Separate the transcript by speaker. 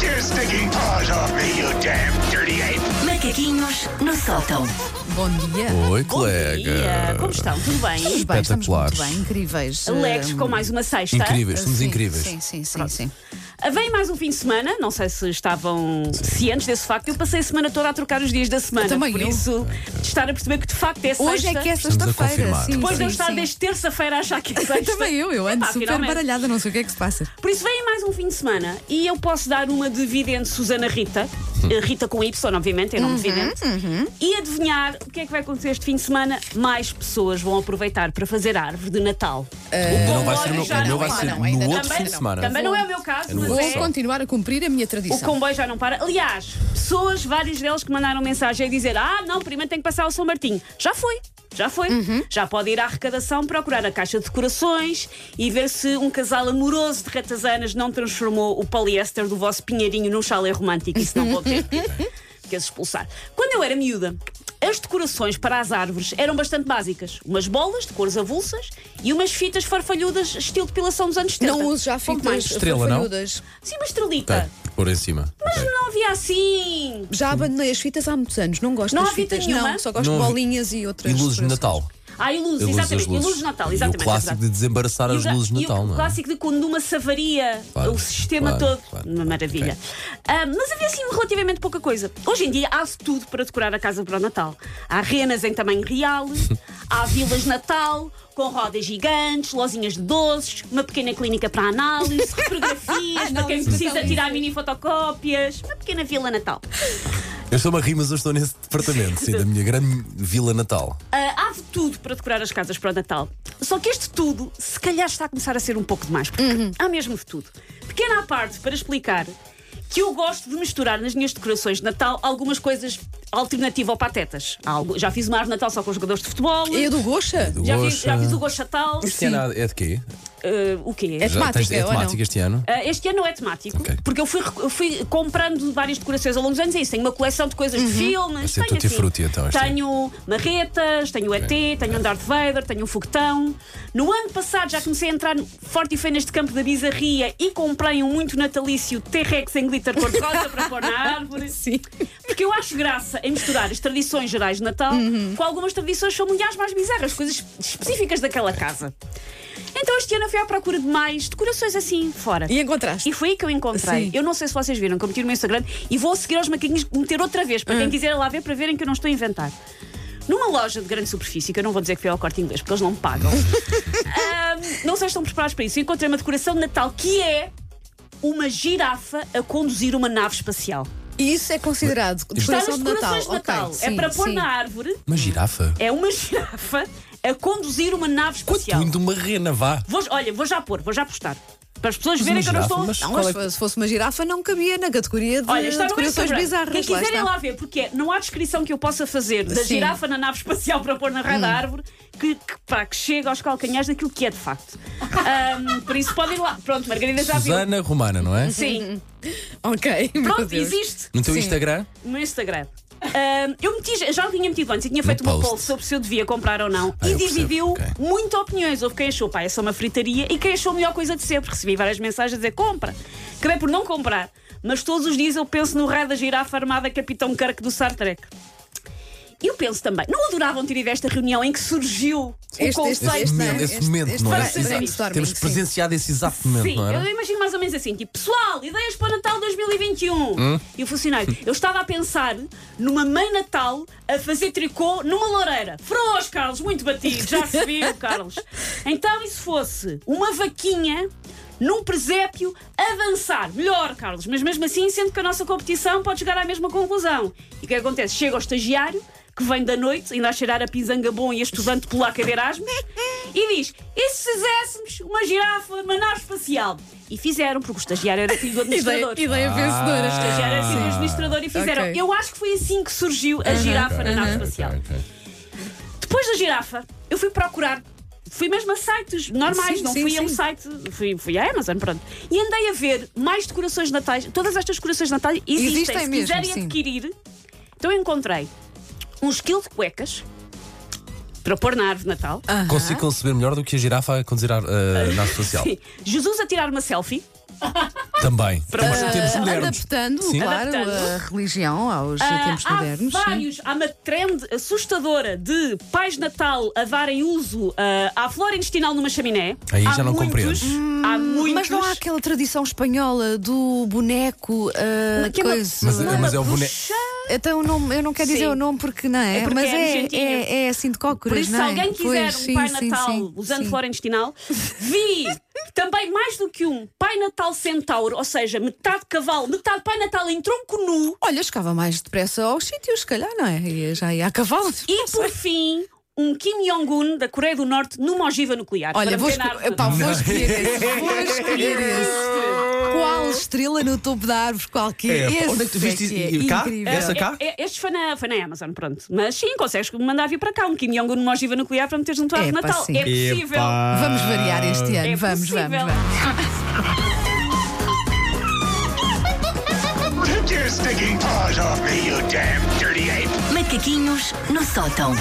Speaker 1: fucking paws off me, you damn dirty ape!
Speaker 2: Macaquinhos no sótão.
Speaker 3: Bom dia.
Speaker 4: Oi,
Speaker 5: Bom dia,
Speaker 4: colega.
Speaker 5: eh, como estão? Tudo bem?
Speaker 3: Estamos bem, estamos muito
Speaker 4: Espetaculares.
Speaker 3: bem, incríveis.
Speaker 5: Alegres
Speaker 3: Hum,
Speaker 5: com mais uma sexta.
Speaker 4: Incríveis, somos
Speaker 3: sim,
Speaker 4: incríveis.
Speaker 3: Sim, sim, sim, sim.
Speaker 5: Vem mais um fim de semana, não sei se estavam cientes desse facto. Eu passei a semana toda a trocar os dias da semana.
Speaker 3: Eu também,
Speaker 5: por
Speaker 3: eu.
Speaker 5: isso, de estar a perceber que de facto é sexta.
Speaker 3: Hoje é que é
Speaker 4: Estamos a
Speaker 3: sexta-feira.
Speaker 4: confirmar.
Speaker 3: sim,
Speaker 5: Depois de eu
Speaker 3: sim,
Speaker 5: estar
Speaker 3: sim.
Speaker 5: desde terça-feira a achar que é
Speaker 3: Eu
Speaker 5: sexta.
Speaker 3: também eu, eu ando
Speaker 5: Epá,
Speaker 3: super
Speaker 5: finalmente.
Speaker 3: baralhada, não sei o que é que se passa.
Speaker 5: Por isso, vem mais um fim de semana e eu posso dar uma de vidente Susana Rita. Eh, Rita com Y, obviamente, é
Speaker 3: Uhum,
Speaker 5: nome de vidente. E adivinhar o que é que vai acontecer este fim de semana. Mais pessoas vão aproveitar para fazer a árvore de Natal.
Speaker 4: O meu vai ser
Speaker 5: Bom,
Speaker 4: no,
Speaker 5: já
Speaker 4: o meu
Speaker 5: não
Speaker 4: vai
Speaker 5: para,
Speaker 4: ser
Speaker 3: não, ainda
Speaker 4: no outro
Speaker 3: também
Speaker 4: fim de
Speaker 3: não.
Speaker 4: semana.
Speaker 5: Também não é o meu caso,
Speaker 4: Eu não
Speaker 5: mas
Speaker 4: vou
Speaker 5: é.
Speaker 4: só.
Speaker 3: continuar a cumprir a minha tradição.
Speaker 5: O comboio já não para. Aliás, pessoas, vários deles que mandaram mensagem a dizer: Ah, não, primeiro tem que passar ao São Martinho. Já foi. Já foi.
Speaker 3: Uhum.
Speaker 5: Já pode ir à arrecadação procurar a caixa de decorações e ver se um casal amoroso de ratazanas não transformou o poliéster do vosso pinheirinho num chalé romântico. Isso não vou ter que que as expulsar. Quando eu era miúda, as decorações para as árvores eram bastante básicas. Umas bolas de cores avulsas e umas fitas farfalhudas, estilo depilação dos anos 70.
Speaker 3: Não uso já
Speaker 5: Pouco mais.
Speaker 3: fitas
Speaker 4: Estrela, não?
Speaker 3: farfalhudas.
Speaker 5: Sim, uma estrelita.
Speaker 4: Tá, por em cima.
Speaker 5: Mas não havia assim.
Speaker 3: Já abandonei as fitas há muitos anos, não gosto
Speaker 5: Não
Speaker 3: das
Speaker 5: há fita
Speaker 3: fitas,
Speaker 5: nenhuma?
Speaker 3: não, só gosto
Speaker 4: Não
Speaker 3: de
Speaker 4: há-
Speaker 3: bolinhas e outras.
Speaker 4: E luzes de
Speaker 3: coisas.
Speaker 4: Natal.
Speaker 5: Ah, e luzes,
Speaker 4: E luzes,
Speaker 5: exatamente.
Speaker 4: as luzes.
Speaker 5: E luzes de Natal,
Speaker 4: E
Speaker 5: exatamente.
Speaker 4: o clássico
Speaker 5: exato.
Speaker 4: de desembaraçar
Speaker 5: E
Speaker 4: as
Speaker 5: o-
Speaker 4: luzes de
Speaker 5: e
Speaker 4: Natal,
Speaker 5: o
Speaker 4: não é?
Speaker 5: clássico de quando uma savaria
Speaker 4: Claro,
Speaker 5: o sistema
Speaker 4: claro,
Speaker 5: todo.
Speaker 4: claro,
Speaker 5: uma
Speaker 4: claro,
Speaker 5: maravilha.
Speaker 4: ok.
Speaker 5: Ah, mas havia assim relativamente pouca coisa. Hoje em dia há-se tudo para decorar a casa para o Natal. Há renas em tamanho real, há vilas de Natal, com rodas gigantes, lozinhas de doces, uma pequena clínica para análise, fotografias para quem
Speaker 3: Análise
Speaker 5: precisa
Speaker 3: natalícia.
Speaker 5: tirar mini fotocópias, uma pequena vila Natal.
Speaker 4: Eu estou-me a rir, mas eu estou nesse departamento, sim, da minha grande vila natal.
Speaker 5: Ah, há de tudo para decorar as casas para o Natal. Só que este tudo, se calhar, está a começar a ser um pouco demais, porque
Speaker 3: Uhum.
Speaker 5: há mesmo de tudo. Pequena à parte para explicar que eu gosto de misturar nas minhas decorações de Natal algumas coisas alternativa ao patetas. Há algo- já fiz uma árvore de Natal só com jogadores de futebol.
Speaker 3: E a do Goxa?
Speaker 5: Já fiz,
Speaker 4: Goxa.
Speaker 5: já fiz o Gochatal.
Speaker 4: Este ano é de quê?
Speaker 5: Ah, o quê?
Speaker 3: É
Speaker 4: Já tens-
Speaker 3: temática,
Speaker 4: é
Speaker 3: ou não?
Speaker 4: temática este ano?
Speaker 5: Ah, este ano não é temático,
Speaker 4: Ok.
Speaker 5: porque eu fui, rec- eu fui comprando várias decorações ao longo dos anos. É isso, tenho uma coleção de coisas de
Speaker 4: Uhum. Vai
Speaker 5: filmes.
Speaker 4: ser
Speaker 5: Tenho, assim,
Speaker 4: tutti frutti, então, este
Speaker 5: tenho marretas, tenho o ET,
Speaker 4: Ok.
Speaker 5: tenho um Darth Vader, tenho um foguetão. No ano passado já comecei a entrar forte e feio neste campo da bizarria e comprei um muito natalício T-Rex em glitter cor-de-rosa para pôr na árvore.
Speaker 3: Sim.
Speaker 5: Porque eu acho graça em misturar as tradições gerais de Natal
Speaker 3: Uhum.
Speaker 5: com algumas tradições familiares mais bizarras, coisas específicas daquela casa. Então este ano eu fui à procura de mais decorações assim fora.
Speaker 3: E encontraste?
Speaker 5: E foi aí que eu encontrei.
Speaker 3: Sim.
Speaker 5: Eu não sei se vocês viram, que eu meti no meu Instagram e vou seguir aos macaquinhos meter outra vez,
Speaker 3: Hum.
Speaker 5: para quem quiser lá ver, para verem que eu não estou a inventar. Numa loja de grande superfície, que eu não vou dizer que foi ao corte inglês, porque eles não me pagam. Ahm, não sei se estão preparados para isso. Eu encontrei uma decoração de Natal que é uma girafa a conduzir uma nave espacial.
Speaker 3: E isso é considerado
Speaker 5: Está nas
Speaker 3: decoração de Natal.
Speaker 5: decorações de Natal.
Speaker 3: Ok, sim,
Speaker 5: é para pôr
Speaker 3: sim.
Speaker 5: na árvore.
Speaker 4: Uma girafa?
Speaker 5: É uma girafa a conduzir uma nave espacial.
Speaker 4: Quanto de uma rena, vá.
Speaker 5: Vou- olha, vou já pôr, vou já postar. Para as pessoas verem
Speaker 4: uma
Speaker 5: que eu não
Speaker 4: girafa,
Speaker 5: estou.
Speaker 4: mas-
Speaker 3: Não,
Speaker 4: Qual
Speaker 3: mas
Speaker 4: é que-
Speaker 3: se fosse uma girafa não cabia na categoria de
Speaker 5: Olha, está no
Speaker 3: Eh, decorações
Speaker 5: Instagram.
Speaker 3: bizarras.
Speaker 5: Quem
Speaker 3: lá
Speaker 5: quiserem
Speaker 3: está.
Speaker 5: lá, ver, porque é, não há descrição que eu possa fazer da
Speaker 3: Sim. Hum.
Speaker 5: girafa na nave espacial para pôr na raia da árvore que, que, pá, que chega aos calcanhares daquilo que é de facto. Ahm, por isso podem ir lá. Pronto, Margarida já viu.
Speaker 4: Susana Romana, não é?
Speaker 5: Sim.
Speaker 3: Ok. meu
Speaker 5: Pronto,
Speaker 3: Deus.
Speaker 5: existe
Speaker 4: No teu
Speaker 3: Sim.
Speaker 4: Instagram?
Speaker 5: no Instagram. Ahm, eu meti, já o tinha metido antes e tinha feito uma
Speaker 4: post.
Speaker 5: poll sobre se eu devia comprar ou não.
Speaker 4: Ah,
Speaker 5: e
Speaker 4: eu percebo,
Speaker 5: dividiu
Speaker 4: ok.
Speaker 5: muito opiniões. Houve quem achou, pá, essa é uma fritaria. E quem achou a melhor coisa de sempre. Recebi várias mensagens a dizer, compra. Acabei por não comprar. Mas todos os dias eu penso no raio da girafa armada Capitão Kirk do Star Trek. E eu penso também, não adoravam ter ido a esta reunião em que surgiu
Speaker 3: Este-
Speaker 5: o
Speaker 3: este-
Speaker 5: conceito
Speaker 4: Esse
Speaker 3: este-
Speaker 4: momento,
Speaker 3: este-
Speaker 4: esse momento,
Speaker 3: este
Speaker 4: não é?
Speaker 5: parece-
Speaker 4: Exato.
Speaker 3: brainstorming,
Speaker 4: Temos
Speaker 3: sim.
Speaker 4: presenciado esse exato momento,
Speaker 5: Sim,
Speaker 4: não
Speaker 5: eu
Speaker 4: é?
Speaker 5: imagino mais ou menos assim, tipo, pessoal, ideias para o Natal 2021.
Speaker 4: Hum?
Speaker 5: E o funcionário, eu estava a pensar numa mãe Natal a fazer tricô numa loureira. Frouxo, Carlos, muito batido, já se viu, Carlos. Então, e se fosse uma vaquinha num presépio a dançar? Melhor, Carlos, mas mesmo assim, sendo que a nossa competição pode chegar à mesma conclusão. E o que acontece? Chega ao estagiário, que vem da noite, ainda a cheirar a pisanga bom e a estudante polaca de Erasmus, e diz: e se fizéssemos uma girafa, uma nave espacial? E fizeram, porque o estagiário era filho do
Speaker 3: Ideia,
Speaker 5: administrador.
Speaker 3: ideia vencedora.
Speaker 4: Ah.
Speaker 3: estagiária.
Speaker 5: Já era filho do administrador e fizeram.
Speaker 3: Ok.
Speaker 5: Eu acho que foi assim que surgiu a girafa na nave espacial. Depois da girafa, eu fui procurar. Fui mesmo a sites normais,
Speaker 3: Sim,
Speaker 5: não
Speaker 3: sim,
Speaker 5: fui a um
Speaker 3: sim.
Speaker 5: site, fui, fui à Amazon, pronto. E andei a ver mais decorações de natais. Todas estas decorações de natais existem.
Speaker 3: Existem
Speaker 5: se
Speaker 3: mesmo,
Speaker 5: quiserem
Speaker 3: sim.
Speaker 5: adquirir, então eu encontrei um esquilo de cuecas para pôr na árvore de Natal.
Speaker 4: Ah.
Speaker 3: Ah,
Speaker 4: Consigo conceber melhor do que a girafa a conduzir a, a nave eh, espacial.
Speaker 5: Sim. Jesus a tirar uma selfie.
Speaker 4: Também. Temos, temos
Speaker 3: Ah,
Speaker 4: modernos.
Speaker 3: adaptando,
Speaker 4: Sim.
Speaker 3: claro, a
Speaker 5: Adaptando.
Speaker 3: religião aos
Speaker 5: Ah,
Speaker 3: tempos
Speaker 5: há
Speaker 3: modernos. sim.
Speaker 5: vários, há uma trend assustadora de pais de Natal a darem uso ah, à flora intestinal numa chaminé.
Speaker 4: Aí
Speaker 5: há
Speaker 4: já não
Speaker 5: muitos, Hum,
Speaker 4: compreendes.
Speaker 5: Há muitos.
Speaker 3: Hum, Mas não há aquela tradição espanhola do boneco, ah,
Speaker 5: Que é uma-
Speaker 3: coisa.
Speaker 4: Mas-
Speaker 5: uma
Speaker 4: mas é o boneco.
Speaker 5: bruxa.
Speaker 3: Então não, eu não quero dizer
Speaker 5: Sim.
Speaker 3: o nome porque não é,
Speaker 5: É porque
Speaker 3: mas
Speaker 5: é
Speaker 3: é,
Speaker 5: nojentinho.
Speaker 3: é, é assim de cócoras,
Speaker 5: Por isso, se
Speaker 3: não é?
Speaker 5: alguém quiser
Speaker 3: Pois,
Speaker 5: um
Speaker 3: sim,
Speaker 5: Pai
Speaker 3: sim,
Speaker 5: Natal
Speaker 3: sim,
Speaker 5: usando
Speaker 3: sim.
Speaker 5: flora intestinal, vi também mais do que um Pai Natal centauro, ou seja, metade cavalo, metade Pai Natal em tronco nu
Speaker 3: Olha, chegava mais depressa aos sítios, se calhar, não é? Ia já ia a cavalo.
Speaker 5: e, por fim, um Kim Jong-un da Coreia do Norte numa ogiva nuclear.
Speaker 3: Olha,
Speaker 5: Para
Speaker 3: vou,
Speaker 5: pequena
Speaker 3: esco-
Speaker 5: árvore.
Speaker 3: epá, vou escolher esse. Vou escolher esse. Qual estrela no topo da árvore? Qual que é?
Speaker 6: É,
Speaker 3: esse
Speaker 6: onde é que tu viste
Speaker 3: é que é
Speaker 6: isso? E cá?
Speaker 3: incrível.
Speaker 6: Essa cá?
Speaker 5: É, é, este foi na, foi na Amazon, pronto. Mas sim, consegues mandar vir para cá um Kim Jong-un numa ogiva nuclear para meteres no teu árvore de
Speaker 3: Epá,
Speaker 5: Natal.
Speaker 3: sim.
Speaker 5: É possível.
Speaker 3: Vamos variar este ano.
Speaker 5: É
Speaker 3: vamos,
Speaker 5: possível.
Speaker 3: vamos, vamos.
Speaker 1: Take your stinking paws off me, you damn dirty ape!
Speaker 2: Macaquinhos no sótão.